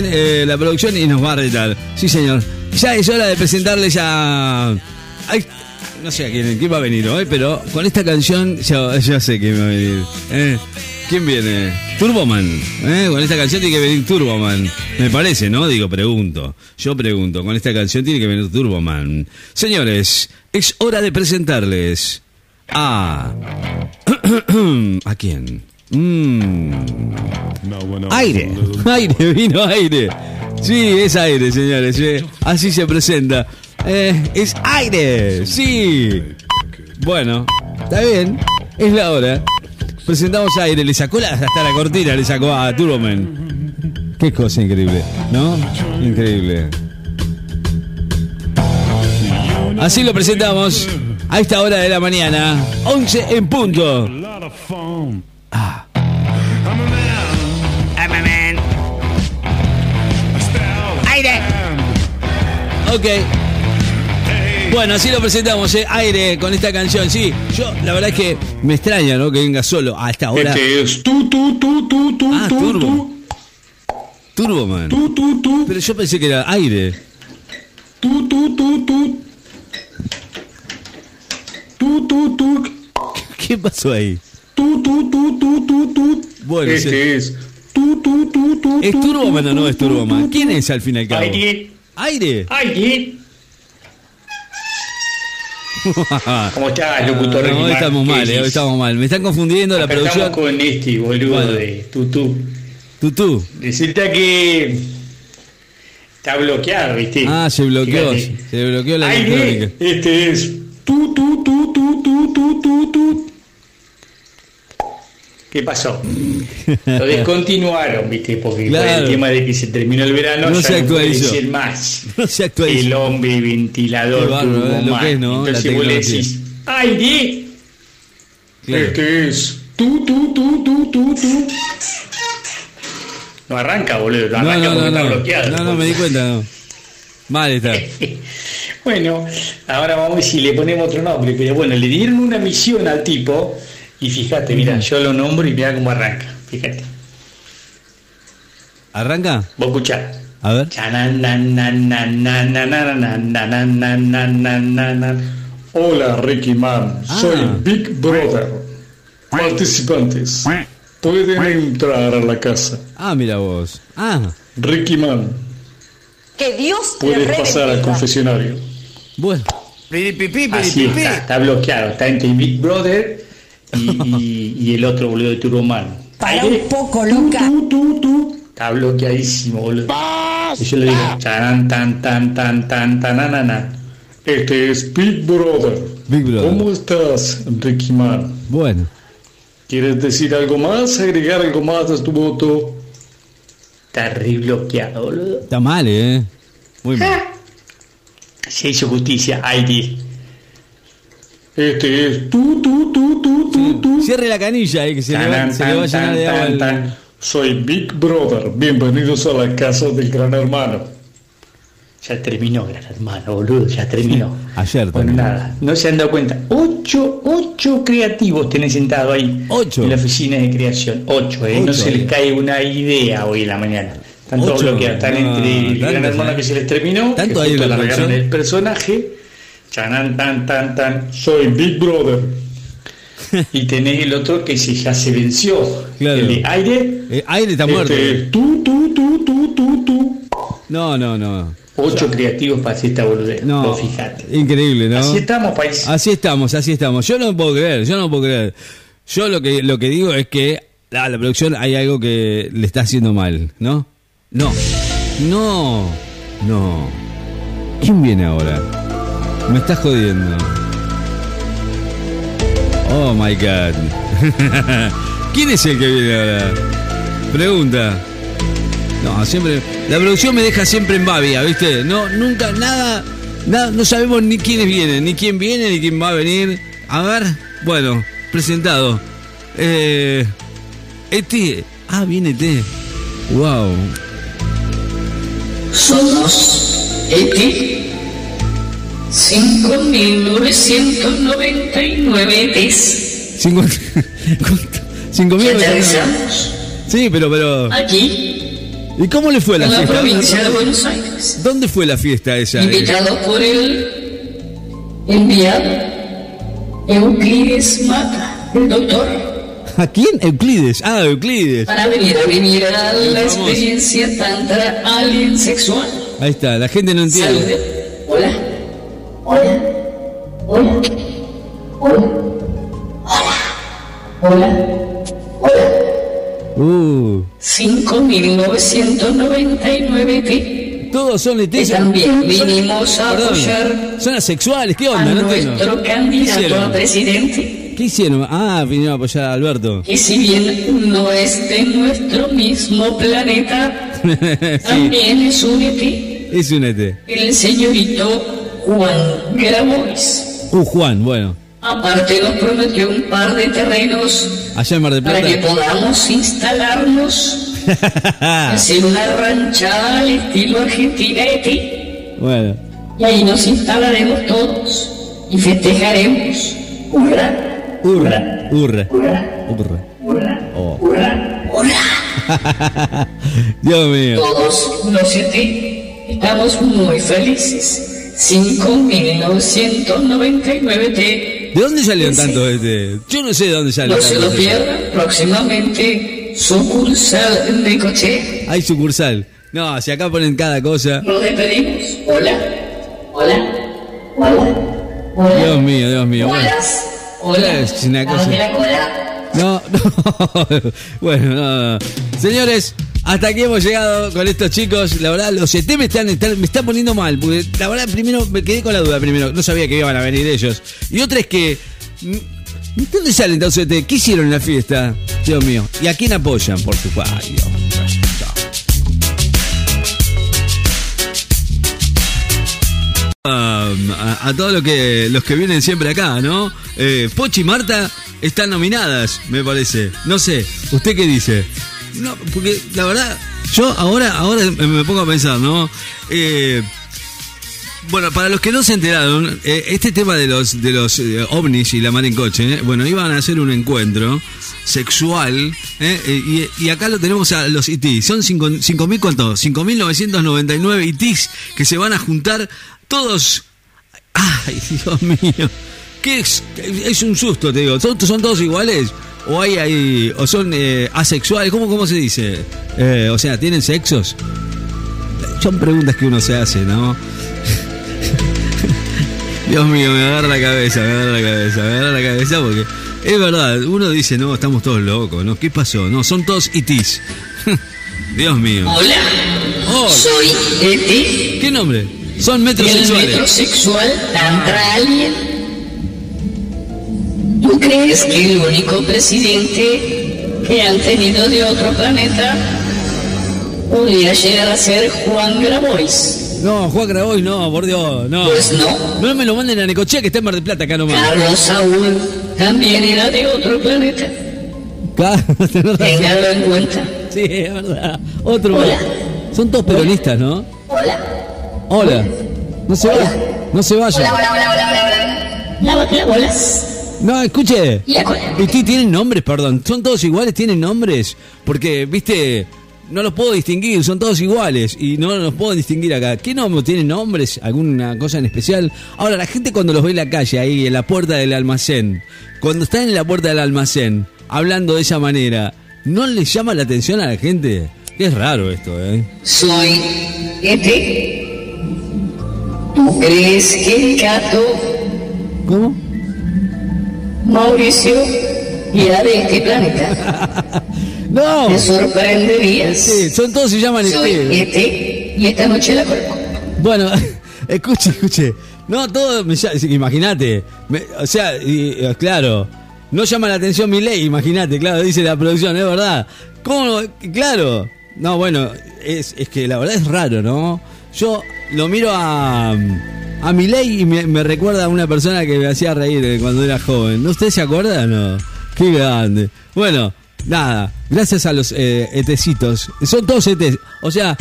Eh, la producción y nos va a retar. Sí, señor. Ya es hora de presentarles a. ay, no sé a quién, quién va a venir hoy, pero con esta canción ya, ya sé quién va a venir. Eh, ¿Quién viene? Turboman. eh, con esta canción tiene que venir Turboman. Me parece, ¿no? Digo, pregunto. Yo pregunto. Con esta canción tiene que venir Turboman. Señores, es hora de presentarles a. ¿A quién? Mmm. Aire, aire, vino aire. Sí, es aire, señores. eh. Así se presenta. Eh, es aire, sí. Bueno, está bien. Es la hora. Presentamos aire. Le sacó la, hasta la cortina, le sacó a Turboman. Qué cosa increíble, ¿no? Increíble. Así lo presentamos a esta hora de la mañana. 11 en punto. Aire. Ok. Bueno, así lo presentamos, ¿eh? aire con esta canción. Sí, yo la verdad es que me extraña, ¿no? Que venga solo a esta hora. Este es tu, tu, tu, tu, tu, Ah, tu, Turbo. tu, Turboman. tu, tu, tu, Pero yo pensé que era aire. tu, tu, tu, tu. Tu, tu, tu, ¿Qué pasó ahí? tu, tu, tu, tu, tu, tu. Bueno, sí. Este es tu, tu, tu, tu, ¿es tu, Turboman o no es tu, tu, Turboman? tu, ¿Quién es al fin y al cabo? Aire, ¿Aire? aire. ¿Cómo estás, Ah, No, locutor? Ah, hoy Ricky estamos mal, Marquez? eh, hoy estamos mal. Me están confundiendo la Acá Estamos producción. con este boludo Bueno. de Tutú. Tutú. Decirte que está bloqueado, ¿viste? Ah, se bloqueó. Fíjate. Se bloqueó la Aire, electrónica. este es. tu, tu, tu, tu, tu, tu, tu, tu. ¿Qué pasó? Lo descontinuaron, ¿viste? Porque fue Claro. el tema de que se terminó el verano, No ya se no puede actualizó. decir más. No se El actualizó. hombre ventilador. Qué bárbaro, Turboman. eh, lo que es, ¿no? La Entonces vos le tecnología. decís, aire. Claro. Este es. Tu, tu, tu, tu, tu, tu. No arranca, boludo. No No, arranca no, porque no, está no. bloqueado. No, no, me di cuenta, no. Mal está. Bueno, ahora vamos si le ponemos otro nombre, pero bueno, le dieron una misión al tipo y fíjate, mira, yo lo nombro y mira cómo arranca. Fíjate, ¿Arranca? vos escuchá. A ver. Chanan, nan, nan, nan, nan, nan, nan, nan, nan, nan, nan, nan, nan, nan, nan. Hola Ricky Man, soy Ah. Big Brother. Participantes, pueden entrar a la casa. Ah, mira vos. Ah, Ricky Man, Que Dios te puedes pasar al rebendiga. confesionario. bueno. Así está, está bloqueado, está entre Big Brother y, y- y el otro boludo de Turboman. Para Aire. un poco loca. Tu, tu, tu. Está bloqueadísimo, boludo. Y yo le digo, charan, tan, tan, tan, tan, tan, nan, nan, nan. Este es Big Brother. Big Brother. ¿Cómo estás, Ricky Man? Bueno. ¿Quieres decir algo más? ¿Agregar algo más a tu voto? Está re bloqueado, boludo. Está mal, ¿eh? Muy mal. Se hizo justicia, Aire. Este es tu, tu, tu, tu, tu, tu. Cierre la canilla, eh, que se, le va, Tan, se le va a llenar tan, de agua. tan, el- tan. Soy Big Brother. Bienvenidos a la casa del gran hermano. Ya terminó, gran hermano, boludo, ya terminó. Ayer Bueno, también. nada, no se han dado cuenta. Ocho, ocho creativos tenés sentado ahí. Ocho. En la oficina de creación. Ocho, eh. Ocho, no se les eh. cae una idea hoy en la mañana. Están todos Ocho, bloqueados. Están no, entre el gran tanto, eh. hermano que se les terminó. Tanto que ahí en justo la alargaron producción. el personaje. Chanan, tan, tan, tan. Soy Big Brother. Y tenés el otro que se, ya se venció. Claro. El de aire. Eh, aire está muerto. Este es tu, tu, tu, tu, tu, tu. No, no, no. Ocho creativos para hacer esta boludez. No. Vos fijate. Increíble, ¿no? Así estamos, país. Así estamos, así estamos. Yo no puedo creer, yo no puedo creer. Yo lo que, lo que digo es que a la producción hay algo que le está haciendo mal, ¿no? No, no, no. ¿Quién viene ahora? Me estás jodiendo. Oh my god. ¿Quién es el que viene ahora? Pregunta. No, siempre. La producción me deja siempre en babia, ¿viste? No, nunca, nada. nada no sabemos ni quiénes vienen, ni quién viene, ni quién va a venir. A ver, bueno, presentado. Eh. Este. Ah, viene T. Wow. Somos ET 5999 veces Cinco. ¿Cuánto? Cinco mil. que aterrizamos Sí, pero, pero. aquí ¿Y cómo le fue a la en la fiesta? provincia de Buenos Aires. ¿Dónde fue la fiesta esa? eh? Invitado por el enviado Euclides Mata, el doctor, ¿A quién? Euclides. Ah, Euclides. para venir a venir a la Vamos. experiencia tantra alien sexual. Ahí está, la gente no entiende. Salude. Hola. Hola. Hola. Hola. Hola. Hola. Uh, 5.999 que todos son que Leticia. también vinimos a Perdón, apoyar Son asexuales, ¿qué a onda? No entiendo. nuestro ¿Qué candidato hicieron? a presidente, ¿Qué hicieron? Ah, vinieron a apoyar a Alberto. que si bien no es de nuestro mismo planeta, sí, también es un ET, es un E ET. el señorito Juan Grabois. Uh, Juan, bueno. Aparte nos prometió un par de terrenos Allá en Mar del para que Plata. podamos instalarnos, Ah. hacer una ranchada al estilo Argentina de ti. bueno, Y ahí nos instalaremos todos y festejaremos. ¡Hurra! urra, urra, ¡Hurra! urra. ¡Hurra! Oh. ¡Hurra! ¡Hurra! Dios mío. Todos los ET estamos muy felices. 5.999 T. ¿De dónde salieron Sí. tantos ET? Yo no sé de dónde No salieron se lo tantos E ET. pierdan próximamente sucursal de coche. Hay sucursal. No, si acá ponen cada cosa. Nos despedimos. Hola. Hola. Hola. Dios mío, Dios mío. Bueno. Holas. Hola. Es una cosa. Dame la cola. No, no. Bueno, no, no. Señores, hasta aquí hemos llegado con estos chicos. La verdad, los ET me están, están- me están poniendo mal. Porque la verdad, primero me quedé con la duda. Primero, no sabía que iban a venir ellos. Y otra es que. mm, ¿Dónde salen tantos ET? ¿Qué hicieron en la fiesta? Dios mío. ¿Y a quién apoyan, por supuesto? Ay, Dios. Um, a, a todos los que, los que vienen siempre acá, ¿no? Eh, Pochi y Marta están nominadas, me parece. No sé, ¿usted qué dice? No, porque la verdad, yo ahora, ahora me- me pongo a pensar, ¿no? Eh, bueno, para los que no se enteraron, eh, este tema de los, de los eh, ovnis y la mar en coche, eh, bueno, iban a hacer un encuentro sexual, eh, eh, y, y acá lo tenemos a los ITs. Son 5.000, ¿cuánto? 5.999 ITs que se van a juntar todos. ¡Ay, Dios mío! ¿Qué es? Es un susto, te digo. ¿Son, son todos iguales? ¿O hay, hay o son eh, asexuales? ¿Cómo, ¿Cómo se dice? Eh, o sea, ¿tienen sexos? Son preguntas que uno se hace, ¿no? Dios mío, me agarra la cabeza, me agarra la cabeza, me agarra la cabeza porque es verdad, uno dice, no, estamos todos locos, ¿no? ¿Qué pasó? No, son todos itis. Dios mío. Hola. Oh, Soy ET. ¿Qué nombre? Son El metrosexuales. metrosexual tantra alien. ¿Tú crees que el único presidente que han tenido de otro planeta pudiera llegar a ser Juan Grabois? No, Juan Grabois, no, por Dios, no. Pues no. No me lo manden a Necochea que está en Mar del Plata acá nomás. Carlos Saúl también era de otro planeta. Claro, tenés razón. Téngalo en cuenta. Sí, es verdad. Otro más. Son todos peronistas, ¿no? Hola. Hola. No se vaya. No se vaya. hola, hola, hola, hola. Lávate las bolas No, escuche. y la cola. ¿Y ti- tienen nombres, perdón? ¿Son todos iguales? ¿Tienen nombres? Porque, viste, no los puedo distinguir, son todos iguales y no los puedo distinguir acá. ¿Qué nombre? ¿Tienen nombres? ¿Alguna cosa en especial? Ahora, la gente cuando los ve en la calle, ahí, en la puerta del almacén, cuando están en la puerta del almacén, hablando de esa manera, ¿no les llama la atención a la gente? Es raro esto, ¿eh? Soy ET. ¿Tú crees que el gato ¿Cómo? Mauricio era de este planeta? ¡No! Te sorprenderías. Sí, son todos se llaman Soy este. ET y esta noche la cuerpo. Bueno, escuche, escuche. No, todo, me ll- imagínate. Me- O sea, y, eh, claro, no llama la atención mi ley, imagínate, claro, dice la producción, es verdad. ¿Cómo? no? Claro. No, bueno, es, es que la verdad es raro, ¿no? Yo lo miro a, a mi ley y me, me recuerda a una persona que me hacía reír eh, cuando era joven. ¿No ustedes se acuerdan o no? Qué grande. Bueno, nada, gracias a los eh, etecitos. Son todos etes. O sea,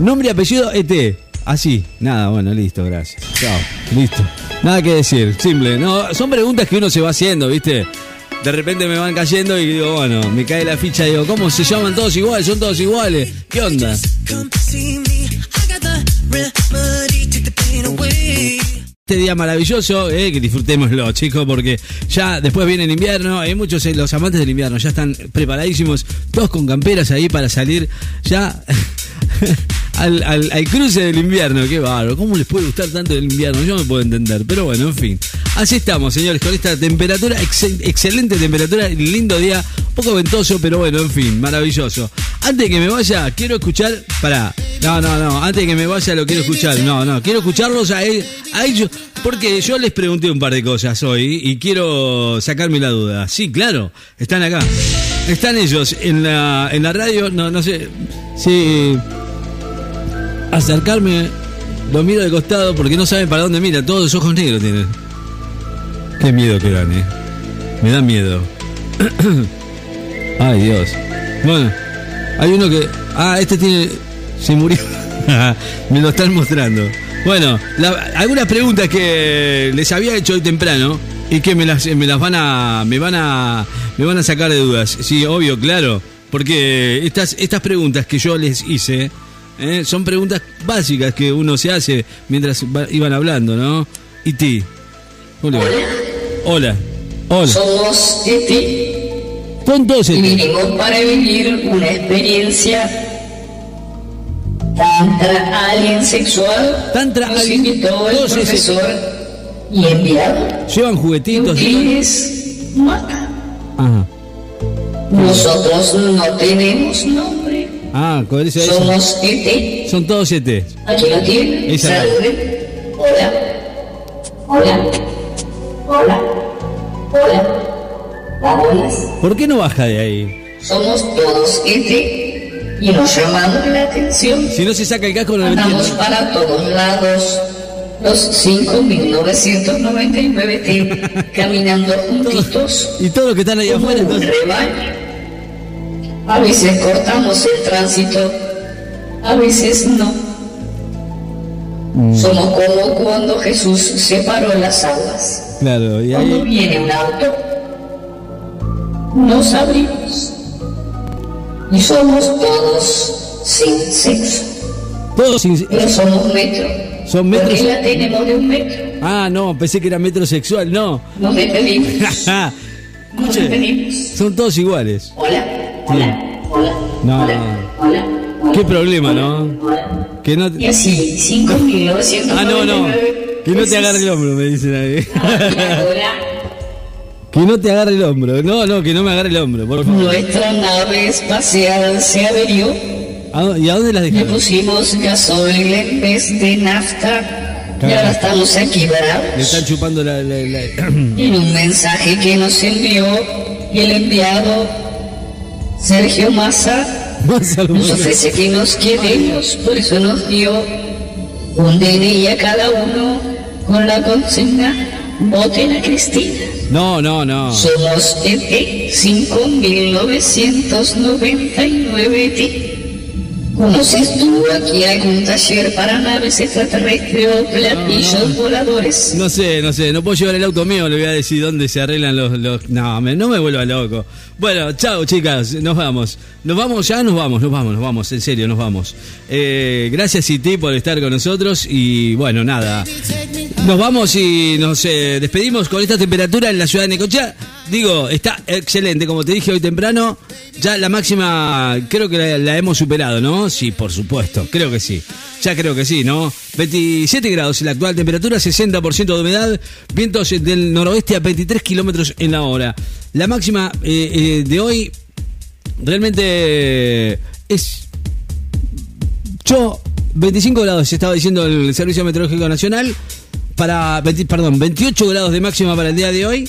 Nombre y apellido E ET. Así. Nada, bueno, listo, gracias. Chao. Listo. Nada que decir, simple. No, son preguntas que uno se va haciendo, ¿viste? de repente me van cayendo y digo, bueno, me cae la ficha y digo, ¿cómo se llaman todos iguales? Son todos iguales. ¿Qué onda? Este día maravilloso, eh, que disfrutémoslo, chicos, porque ya después viene el invierno. Hay muchos, eh, los amantes del invierno, ya están preparadísimos, todos con camperas ahí para salir ya al, al- al cruce del invierno. Qué bárbaro, ¿cómo les puede gustar tanto el invierno? Yo no puedo entender, pero bueno, en fin. Así estamos, señores, con esta temperatura, excel- excelente temperatura, lindo día, poco ventoso, pero bueno, en fin, maravilloso. Antes de que me vaya, quiero escuchar. Pará. No, no, no. Antes de que me vaya, lo quiero escuchar. No, no. Quiero escucharlos a, él, a ellos. Porque yo les pregunté un par de cosas hoy y quiero sacarme la duda. Sí, claro. Están acá. Están ellos en la, en la radio. No, no sé. Sí. Acercarme. Lo miro de costado porque no saben para dónde mira. Todos los ojos negros tienen. Qué miedo que dan, eh. Me da miedo. Ay, Dios. Bueno, hay uno que. Ah, este tiene. Se murió. Me lo están mostrando. Bueno, la- algunas preguntas que les había hecho hoy temprano y que me las, eh, me las van a. me van a. me van a sacar de dudas. Sí, obvio, claro. Porque estas, estas preguntas que yo les hice eh, son preguntas básicas que uno se hace mientras va- iban hablando, ¿no? Y ti. Hola. Hola. Hola. Somos este Son dos y este. vinimos para vivir una experiencia tantra alien sexual. Tantra Nos alien. invitó el Todos ese- profesor y enviado Llevan juguetitos. Euclides Maca. Ajá. Nosotros no tenemos nombre. Ah, con eso, eso. Somos ET. Son todos E siete. Aquí lo tiene. Esa. Salude. Hola. Hola. Hola. Hola. Hola. ¿Por qué no baja de ahí? Somos todos ET y nos llamamos la atención. Si no se saca el casco, no lo Andamos entiendo. para todos lados. Los 5.999 T caminando juntitos Y todos los que están ahí como afuera, un entonces. rebaño. A veces cortamos el tránsito, a veces no. Mm. Somos como cuando Jesús separó las aguas. Claro, y Cuando ahí. viene un auto, nos abrimos. Y somos todos sin sexo. Todos sin- No somos metro. Son metros- Porque la tenemos de un metro. Ah, no, pensé que era metrosexual, no. Nos despedimos. Ajá. Nos despedimos. Son todos iguales. Hola, hola, hola. No. Hola, hola. hola, Qué problema, ¿no? hola. Que no. Y así, 5.999. Ah, no, no. Que no te agarre el hombro, me dicen ahí. Que no te agarre el hombro. No, no, que no me agarre el hombro, por favor. Nuestra nave espacial se averió. ¿A dó- ¿Y a dónde las Le dejaron? pusimos gasoil en vez de nafta. Y ahora estamos Le aquí bravos. están chupando la. la- la- En un mensaje que nos envió el enviado Sergio Massa Más al nos mundo. ofrece que nos quedemos, por eso nos dio un DNI a cada uno con la consigna Voten a Cristina. No, no, no. Somos E ET 5999T. Como si estuvo aquí algún taller para naves extraterrestres o platillos voladores. No sé, no sé, no puedo llevar el auto mío, le voy a decir dónde se arreglan los... los... No, me- no me vuelva loco. Bueno, chao chicas, nos vamos. Nos vamos ya, nos vamos, nos vamos, nos vamos, en serio, nos vamos. Eh, gracias Iti por estar con nosotros y bueno, nada. Nos vamos y nos eh, despedimos con esta temperatura en la ciudad de Necochea. Digo, está excelente, como te dije hoy temprano, ya la máxima creo que la, la hemos superado, ¿no? Sí, por supuesto, creo que sí. Ya creo que sí, ¿no? 27 grados la actual temperatura, 60% de humedad, vientos del noroeste a 23 kilómetros en la hora. La máxima eh, eh, de hoy realmente es yo, 25 grados, estaba diciendo el Servicio Meteorológico Nacional. Para, 20 perdón, 28 grados de máxima para el día de hoy.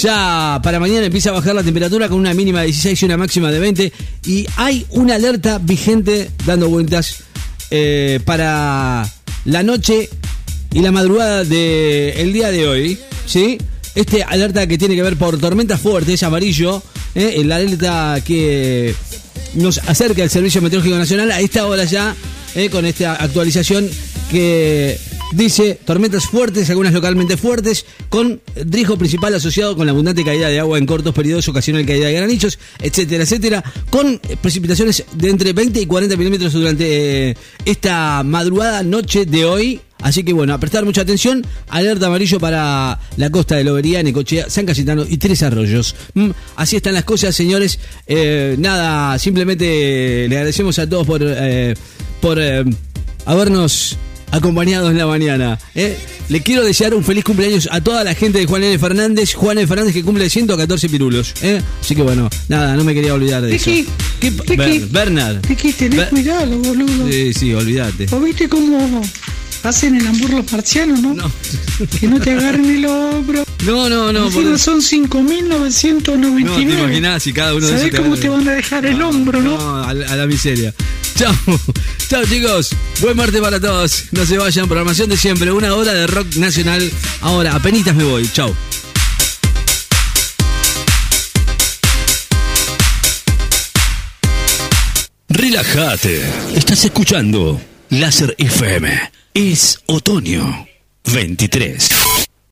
Ya para mañana empieza a bajar la temperatura con una mínima de 16 y una máxima de 20. Y hay una alerta vigente dando vueltas eh, para la noche y la madrugada del día de hoy. ¿Sí? Este alerta que tiene que ver por tormentas fuertes, amarillo. ¿eh? El alerta que nos acerca el Servicio Meteorológico Nacional a esta hora ya, eh, con esta actualización que Dice, tormentas fuertes, algunas localmente fuertes, con riesgo principal asociado con la abundante caída de agua en cortos periodos, ocasional caída de granizos, etcétera, etcétera, con precipitaciones de entre 20 y 40 milímetros durante eh, esta madrugada, noche de hoy. Así que bueno, a prestar mucha atención, alerta amarillo para la costa de Lobería, Necochea, San Cayetano y Tres Arroyos. Mm, así están las cosas, señores. Eh, nada, simplemente le agradecemos a todos por, eh, por eh, habernos acompañado en la mañana. ¿eh? Le quiero desear un feliz cumpleaños a toda la gente de Juan L. Fernández, Juan L. Fernández que cumple 114 pirulos. ¿eh? Así que bueno, nada, no me quería olvidar de eso. Ricky, ¿Qué, Ricky. Ber- Bernard. Ricky, tenés Ber- cuidado, boludo. Sí, sí, olvídate. ¿Vos viste cómo hacen el amor los marcianos, no? No, Que no te agarren el hombro. no, no, no. por- Encima son No, te 5.999. imaginás si cada uno de ¿Sabés esos cómo agarra- te van a dejar el hombro, no? No, a, la- a la miseria. Chao, chao chicos. Buen martes para todos. No se vayan. Programación de siempre. Una hora de rock nacional. Ahora, apenitas me voy. Chao. Relájate. Estás escuchando Láser FM. Es otoño 23.